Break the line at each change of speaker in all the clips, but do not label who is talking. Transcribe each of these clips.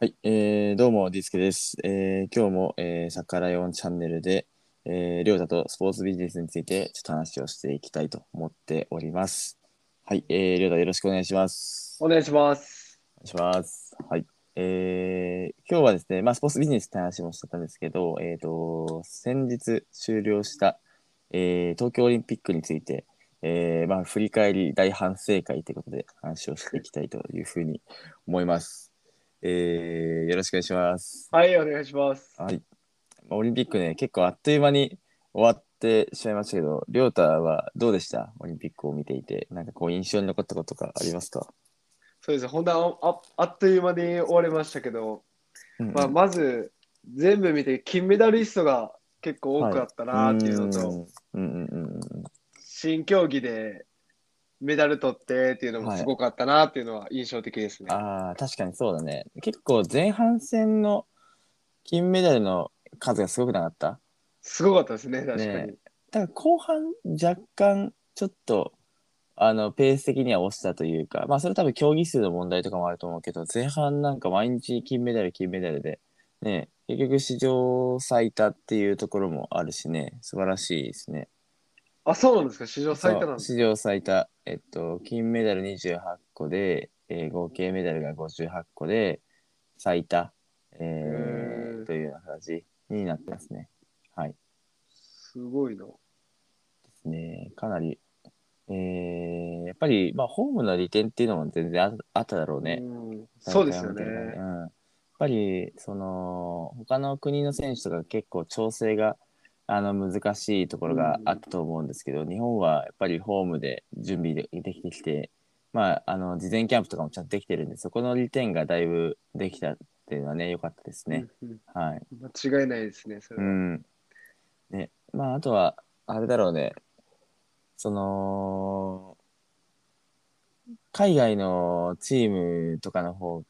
はい、えー、どうも、ディスケです。えー、今日も、えー、サッカーライオンチャンネルで、えー、りょうたとスポーツビジネスについてちょっと話をしていきたいと思っております。はい、えー、りょうたよろしくお願いします。
お願いします。
お願いします。はい。えー、今日はですね、まあ、スポーツビジネスって話もしてたんですけど、えっ、と、先日終了した、えー東京オリンピックについて、えーまあ、振り返り大反省会ということで話をしていきたいというふうに思います。えーよろしくお願いします。
はい、お願いします。
はい。まあオリンピックね、結構あっという間に終わってしまいましたけど、りょうたはどうでしたオリンピックを見ていて、なんかこう印象に残ったこととかありますか、
そうですね、本当あああっという間に終わりましたけど、
うんうん
まあ、まず全部見て金メダリストが結構多くあったなっていうのと、
うんうんうんうん
新競技でメダル取ってっていうのもすごかったなっていうのは印象的ですね。
ああ確かにそうだね結構前半戦の金メダルの数がすごくなかった
すごかったですね、確かに。
ねだから後半若干ちょっとあのペース的には落ちたというかまあそれ多分競技数の問題とかもあると思うけど前半なんか毎日金メダル金メダルでね結局史上最多っていうところもあるしね素晴らしいですね
あ、そうなんですか、史上最多なんです
史上最多、えっと、金メダル28個で、えー合計メダルが58個で最多、え
へ
ー、
ー
というような形になってますね。はい。
すごいな。
ですね。かなり、えー、やっぱり、まあ、ホームの利点っていうのも全然ああっただろうね。
うんそうですよね。
うん、やっぱりその他の国の選手とか結構調整があの難しいところがあったと思うんですけど、日本はやっぱりホームで準備でできてきて、まあ、あの事前キャンプとかもちゃんとできてるんでそこの利点がだいぶできたっていうのはね良かったですね。
うんうん
はい
間違いないですね、それ
う
は。
ん。ね、まあ、あとは、あれだろうね。その、海外のチームとかの方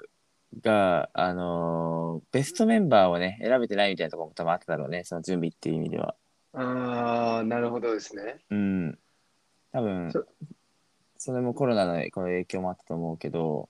が、あのーベストメンバーをね、選べてないみたいなところも多分あっただろうね、その準備っていう意味では。
ああ、なるほどですね。
うん。多分
そ、
それもコロナのこの影響もあったと思うけど、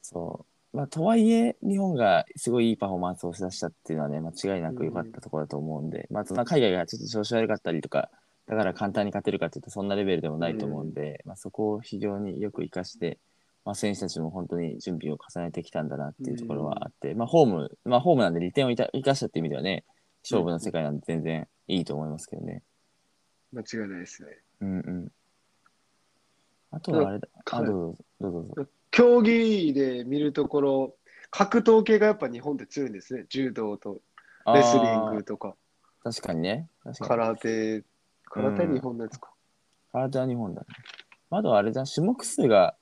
そう。まあ、とはいえ、日本がすごいいいパフォーマンスをし出したっていうのはね、間違いなく良かったところだと思うんで、まあ、そんな海外がちょっと調子悪かったりとか、だから簡単に勝てるかっていうと、そんなレベルでもないと思うんで、まあ、そこを非常によく活かして、まあ、選手たちも本当に準備を重ねてきたんだなっていうところはあって、まあ、ホーム、まあ、ホームなんで利点をいた生かしたっていう意味ではね、勝負の世界なんで全然いいと思いますけどね。
間違いないですね。
うんうん。あとはあれだ。あ、
はい
どうぞどうぞどうぞ。
競技で見るところ、格闘系がやっぱ日本って強いんですね。柔道とレスリン
あー
グ。とか、
確かにね。確かに。
空手、空手日本のやつか。
空手は日本だね。まだあれじゃん、種目数が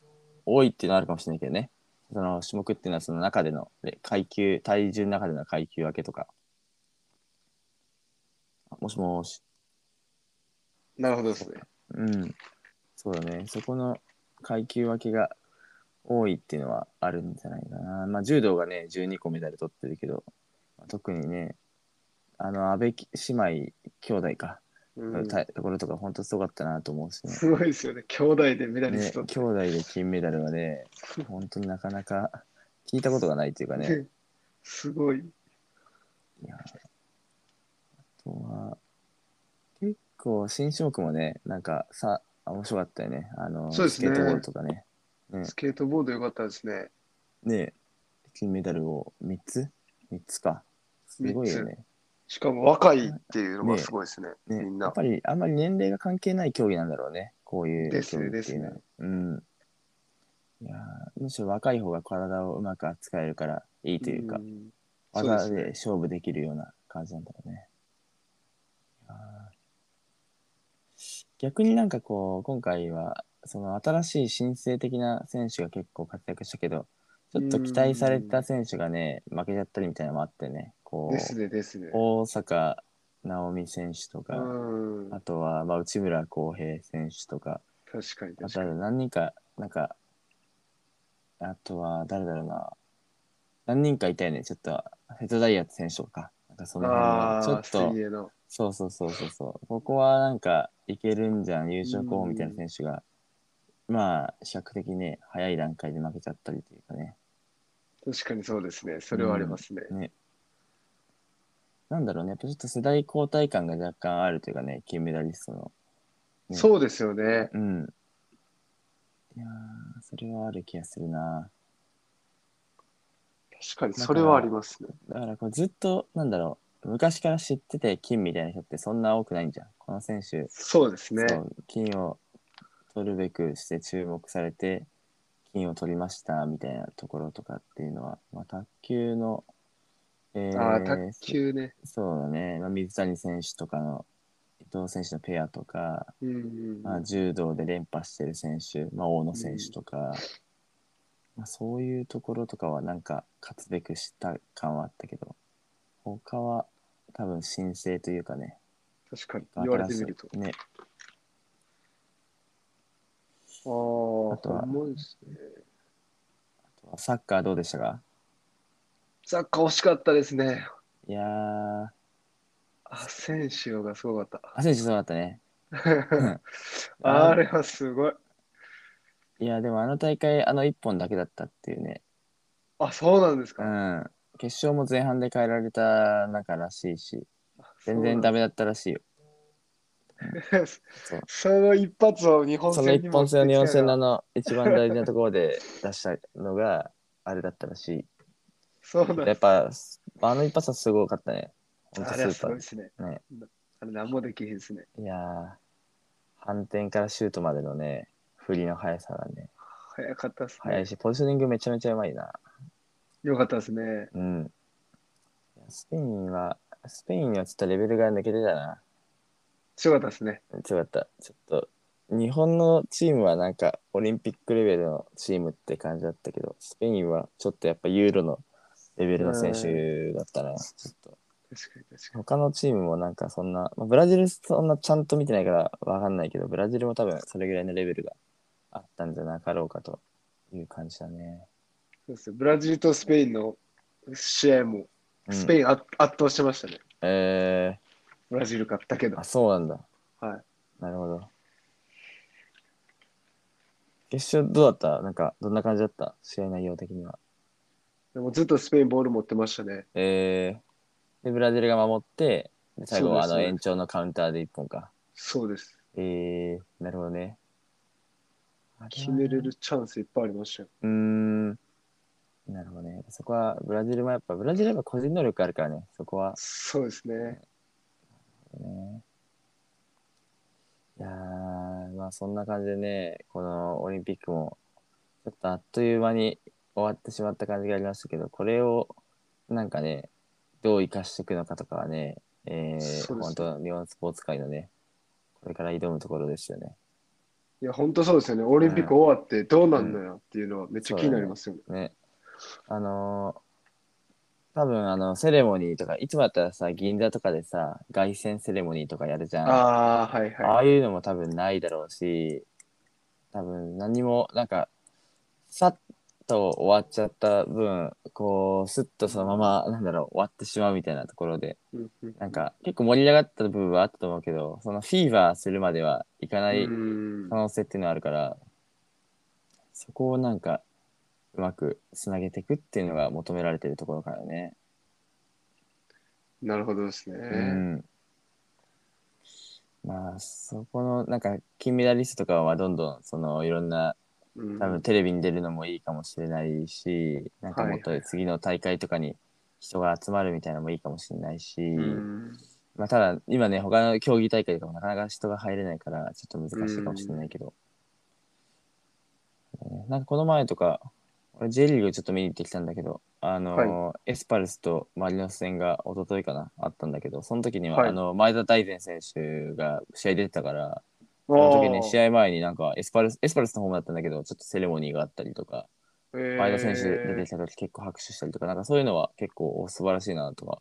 多いっていうのはあるかもしれないけどね。その種目っていうのはその中でので階級、体重の中での階級分けとか。あもしもし。
なるほどですね。
うん。そうだね。そこの階級分けが多いっていうのはあるんじゃないかな。まあ、柔道がね、12個メダル取ってるけど、まあ特にね、あの、阿部姉妹兄弟か、
うん
たところとか、本当すごかったなと思うしね。
すごいですよね。兄弟でメダリ
ね
スト
兄
って。
弟で金メダルはね、本当になかなか聞いたことがないというかね。
ねすごい。
いやあとは、結構新種目もね、なんかさ、あ面白かったよね。あの、
そうで
ス
す
ケ
ね
ートボードとかね。ね
スケートボード良かったですね。
ね金メダルを3つ ?3 つか。すごいよね。
しかも若いっていうのがすごいですね。
ね
みん
や
な
っ。ぱりあんまり年齢が関係ない競技なんだろうね。こういう
です
競
ね
技っていうのは。うん。いやーむしろ若い方が体をうまく扱えるからいいというか、
んそうで
技
すね
で勝負できるような感じなんだろうね。いやー逆になんかこう、今回は、その新しい新生的な選手が結構活躍したけど、ちょっと期待された選手がね、負けちゃったりみたいなのもあってね、こ
です
う、
ね、ですね。
大坂なおみ選手と
う
か、
ん。
あとは、まあ、内村航平選手とか、
確かに
あ
確
と
か
は
に。
何人か、なんか、あとは誰だろうな、何人かいたよね、ちょっと、瀬戸大也選手とか、なんかその辺
あ
は、ちょ
あ、
っと
水、泳の。
そうそうそうそうそう、ここはなんか、いけるんじゃん、優勝候補みたいな選手が、まあ、比較的ね、早い段階で負けちゃったりというかね、
確かにそうですね。それはありますね。
ね。なんだろうね、やっぱちょっと世代交代感が若干あるというかね、金メダリストの。うん
そうですよね。
うん。いやーそれはある気がするな。
確かにそれはありますね。
だからこうずっと、なんだろう、昔から知ってて金みたいな人ってそんな多くないんじゃん。この選手、
そうですね。
そう金を取るべくして注目されて、金を取りましたみたいなところとかっていうのは、まあ、卓球の、えー
ああ、卓球ね。
そうだね、まあ、水谷選手とかの伊藤選手のペアとか、
うんうん
まあ、柔道で連覇してる選手、まあ、大野選手とか、まあ、そういうところとかはなんか勝つべくした感はあったけど他は多分新生というかね
確かに言われてみると。
新しいね
ああ、
あとは
ほんまですね。
サッカーどうでしたか
サッカー惜しかったですね。
いやー
アセンシオがすごかっ
アセンシオそうだったね
た。
あ
あれはすごい。
いやでもあの大会あの1本だけだったっていうね
あ、そうなんです
う
か。
ん決勝も前半で変えられた中らしいし全然ダメだったらしいよ
そうなんです。
そう
その一発を日本
その
戦
一
に持
本
ってきた
線の
よ
四線の
な
あの一番大事なところで出したの があれだったらしい。
そうなん
や
で
っぱあの一発はすごかったね。本当
す。あ
ス
れは
ーパ
すご
ー
いで。すね。
ね
あれ何もできへんですね。
いやー、反転からシュートまでのね、振りの速さがね、
早かったです
速
ね
い。し、ポジショニングめちゃめちゃうまいな。
よかったですね。
うん。いやスペインは、スペインにはちょっとレベルが抜けてたな。
強かったですね。
強かった。ちょっと、日本のチームはなんかオリンピックレベルのチームって感じだったけど、スペインはちょっとやっぱユーロのレベルの選手だったね。ちょっと
確かに確かに。
他のチームもなんかそんな、まあブラジルそんなちゃんと見てないからわかんないけど、ブラジルも多分それぐらいのレベルがあったんじゃなかろうかという感じだね。
そうですねブラジルとスペインの試合も、
うん
スペイン圧圧倒してましたね。
え
ブラジル勝ったけど
ー、あ、。そうなんだ。
はい。
なるほど。決勝どうだったなんか、どんな感じだった試合内容的には。
でもずっとスペインボール持ってましたね。
えー、でブラジルが守ってで最後はあ
そう
の
です
延長のカウンターで1本か
そうです。
えー、なるほどね
決めれるチャンスいっぱいありましたよ。
うーんなるほどねそこはブラジルもやっぱブラジルはやっぱ個人能力あるからねそこは
そうですね。
ねいやーまあそんな感じでねこのオリンピックもちょっとあっという間に終わってしまった感じがありましたけどこれをなんかねどう生かしていくのかとかはね、えー
そうですね
本当日本スポーツ界のねこれから挑むところですよね。
いや、本当そうですよね。オリンピック終わってどうなんのやっていうのはめっちゃ気になりますよね。
ねあのー多分あのセレモニーとかいつもだったらさ銀座とかでさ凱旋セレモニーとかやるじゃん。
ああ、はい
あ
は
あいうのも多分ないだろうし多分何もなんかさっと終わっちゃった分こうスッとそのままなんだろう終わってしまうみたいなところで
い。うんうん
なんか結構盛り上がった部分はあったと思うけどそのフィーバーするまではいかないう可能性っていうのはあるからそこをなんかうまくつなげていくっていうのが求められてるところからね。
んなるほどですね。
うんまあそこのなんか金メダリストとかはどんどんそのいろんな
うん
多分テレビに出るのもいいかもしれないし、なんかもっ
は
と次の大会とかに人が集まるみたいなのもいいかもしれないし、
うん
まあ、ただ今ね他の競技大会とかもなかなか人が入れないからちょっと難しいかもしれないけど、ねなんかこの前とか俺 J リーグちょっと見に行ってきたんだけどあのー、エスパルスとマリノス戦が一昨日かなあったんだけどその時には、
はい
あの前田大然選手が試合出てたから
あ
その時
ー
ね試合前になんかエスパルスエスパルスの方もだったんだけどちょっとセレモニーがあったりとか前田選手出てきた時結構拍手したりとかなんかそういうのは結構お素晴らしいなとか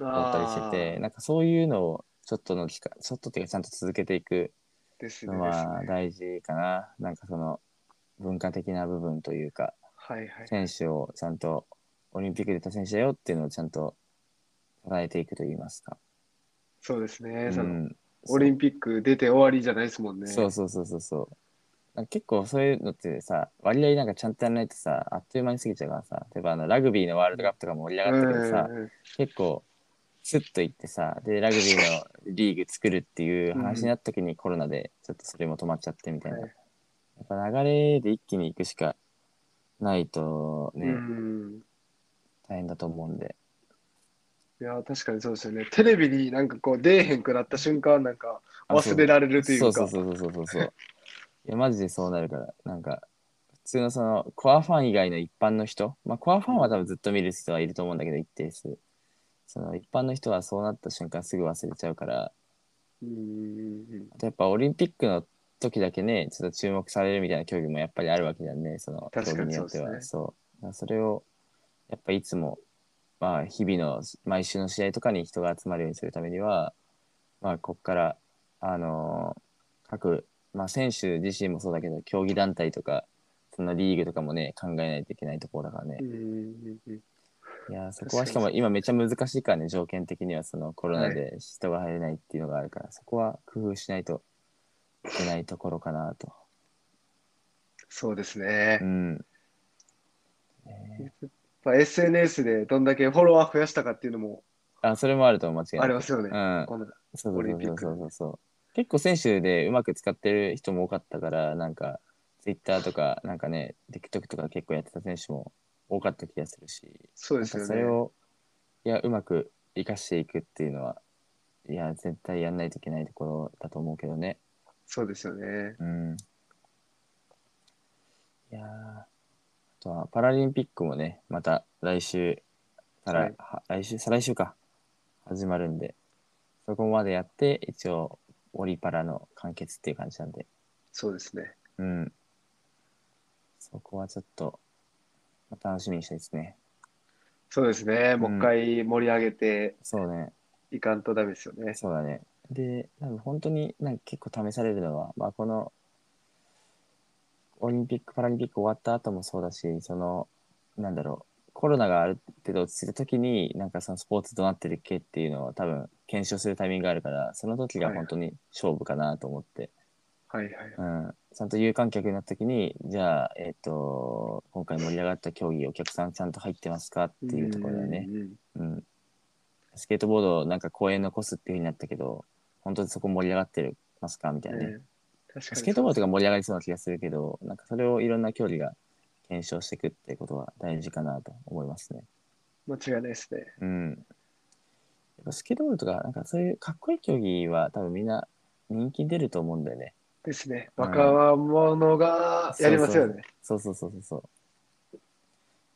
思ったりしてて、なんかそういうのをちょっとの期間、ちょっとっていうかちゃんと続けていく
あーですね。
の
ですね
は大事かな。なんかその文化的な部分というか、
はいはい。
選手をちゃんとオリンピックで出た選手だよっていうのをちゃんと捉えていくと言いますか。
そうですね。
う
その
ん、
オリンピック出て終わりじゃないですもんね。
そうそうそうそうそう。なんか結構そういうのってさ、割合なんかちゃんとやらないとさ、あっという間に過ぎちゃうからさ、例えばあのラグビーのワールドカップとかも盛り上がったけどさ、
うん
結構スッと行ってさでラグビーのリーグ作るっていう話になった時にコロナでちょっとそれも止まっちゃってみたいな、
はい
やっぱ流れで一気に行くしかないとね、
うん
大変だと思うんで
いや、確かにそうですよね。テレビになんかこう、出えへんくなった瞬間、なんか忘れ
ら
られるとい
そううそ
か
う。そうそうそうそういやマジでそうなるからなんか普通のそのコアファン以外の一般の人まあコアファンは多分ずっと見る人はいると思うんだけど一定数その一般の人はそうなった瞬間すぐ忘れちゃうから
うん
あとやっぱオリンピックの時だけね、ちょっと注目されるみたいな競技もやっぱりあるわけだね、その競
確か
技
に
に
そ
よ
う
っ
で
て
すね
は。そう。だからそれを、やっぱいつも、まあ日々の毎週の試合とかに人が集まるようにするためには、まあここから、あのー各、まあ選手自身もそうだけど、競技団体とか、そのリーグとかもね、考えないといけないところだからね
うんう。んうん
いやー、そこはし
確
か
かに
も今めっちゃ難しいからね、条件的にはそのコロナで人が入れないっていうのがあるから、そこは工夫しないといけないところかなと。
そうですね
う。ん。
まあ SNS でどんだけフォロワー増やしたかっていうのも
あ、それもあると思う間違い
あ
ない。
りますよね。
うん。
この
そう
オリンピ
そ
ッ
う
ク
そうそうそう。結構選手でうまく使ってる人も多かったから、なんか、Twitter とか、なんかね、TikTok とか結構やってた選手も多かった気がするし、
そう
な
で
ん
す
か
よ
そ
ね
れ。を、いや、うまく生かしていくっていうのは、いや、絶対やんないといけないところだと思うけどね。
そうですよね。
うんいやーあとはパラリンピックもね、また来週から、
はい
は来週、再来週か、始まるんで、そこまでやって、一応、オリパラの完結っていう感じなんで、
そうですね。
うん。そこはちょっと、まあ楽しみにしたいですね。
そうですね。もう一回盛り上げて
そうね、
いかんとダメですよね。
そうだね。で、多分本当になんか結構試されるのは、まあ、このオリンピック・パラリンピック終わった後もそうだし、その、なんだろう、コロナがある程度落ち着いた時に、なんかそのスポーツどうなってるっけっていうのを多分検証するタイミングがあるから、その時が本当に勝負かなと思って、
はいはい。
うん、ちゃんと有観客になった時に、じゃあ、えっ、と、今回盛り上がった競技、お客さんちゃんと入ってますかっていうところだよね。
うんうん
うん、スケートボードをなんか公園残すっていう風になったけど本当にそこ盛り上がってますかみたいなね、
うん。確かに。
スケートボードが盛り上がりそうな気がするけどなんかそれをいろんな競技が検証していくってことは大事かなと思いますね。
間違いないですね。
うん、やっぱスケートボードとかなんかそういうかっこいい競技は多分みんな人気出ると思うんだよね。
ですね。
うん
若者がやりますよね。
そうそうそうそうそう。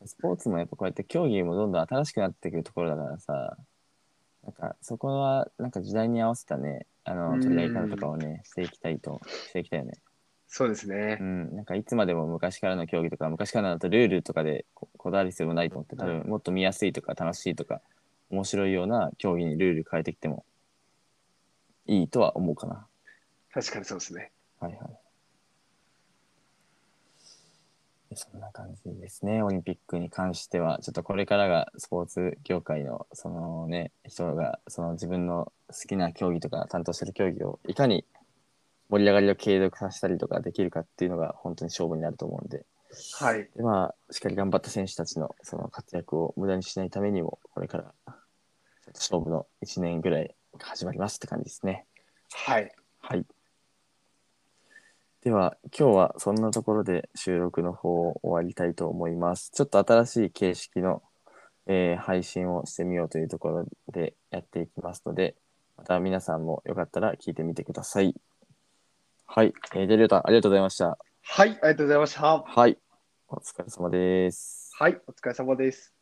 スポーツもやっぱこうやって競技もどんどん新しくなってくるところだからさ、なんかそこはなんか時代に合わせたね、あ
う
の
ん
取り上げ方とかをね、していきたいと、していきたいよね。
そうですね
う。ん、なんかいつまでも昔からの競技とか、昔からだとルールとかでここだわりするもないと思って、多分もっと見やすいとか楽しいとか、面白いような競技にルール変えてきてもいいとは思うかな。
確かにそうですね。
はいはい。そんな感じですね。オリンピックに関しては、ちょっとこれからがスポーツ業界の、そのね、人が、その自分の好きな競技とか担当してる競技を、いかに盛り上がりを継続させたりとかできるかっていうのが本当に勝負になると思うんで、
はい。
でまあ、しっかり頑張った選手たちのその活躍を無駄にしないためにも、これから、ちょっと勝負の1年ぐらいが始まりますって感じですね。
はい。
はい。では、今日はそんなところで収録の方を終わりたいと思います。ちょっと新しい形式の、えー配信をしてみようというところでやっていきますので、また皆さんもよかったら聞いてみてください。はい。えー、で、りょうたん、ありがとうございました。
はい。ありがとうございました。
はい。お疲れ様です。
はい。お疲れ様です。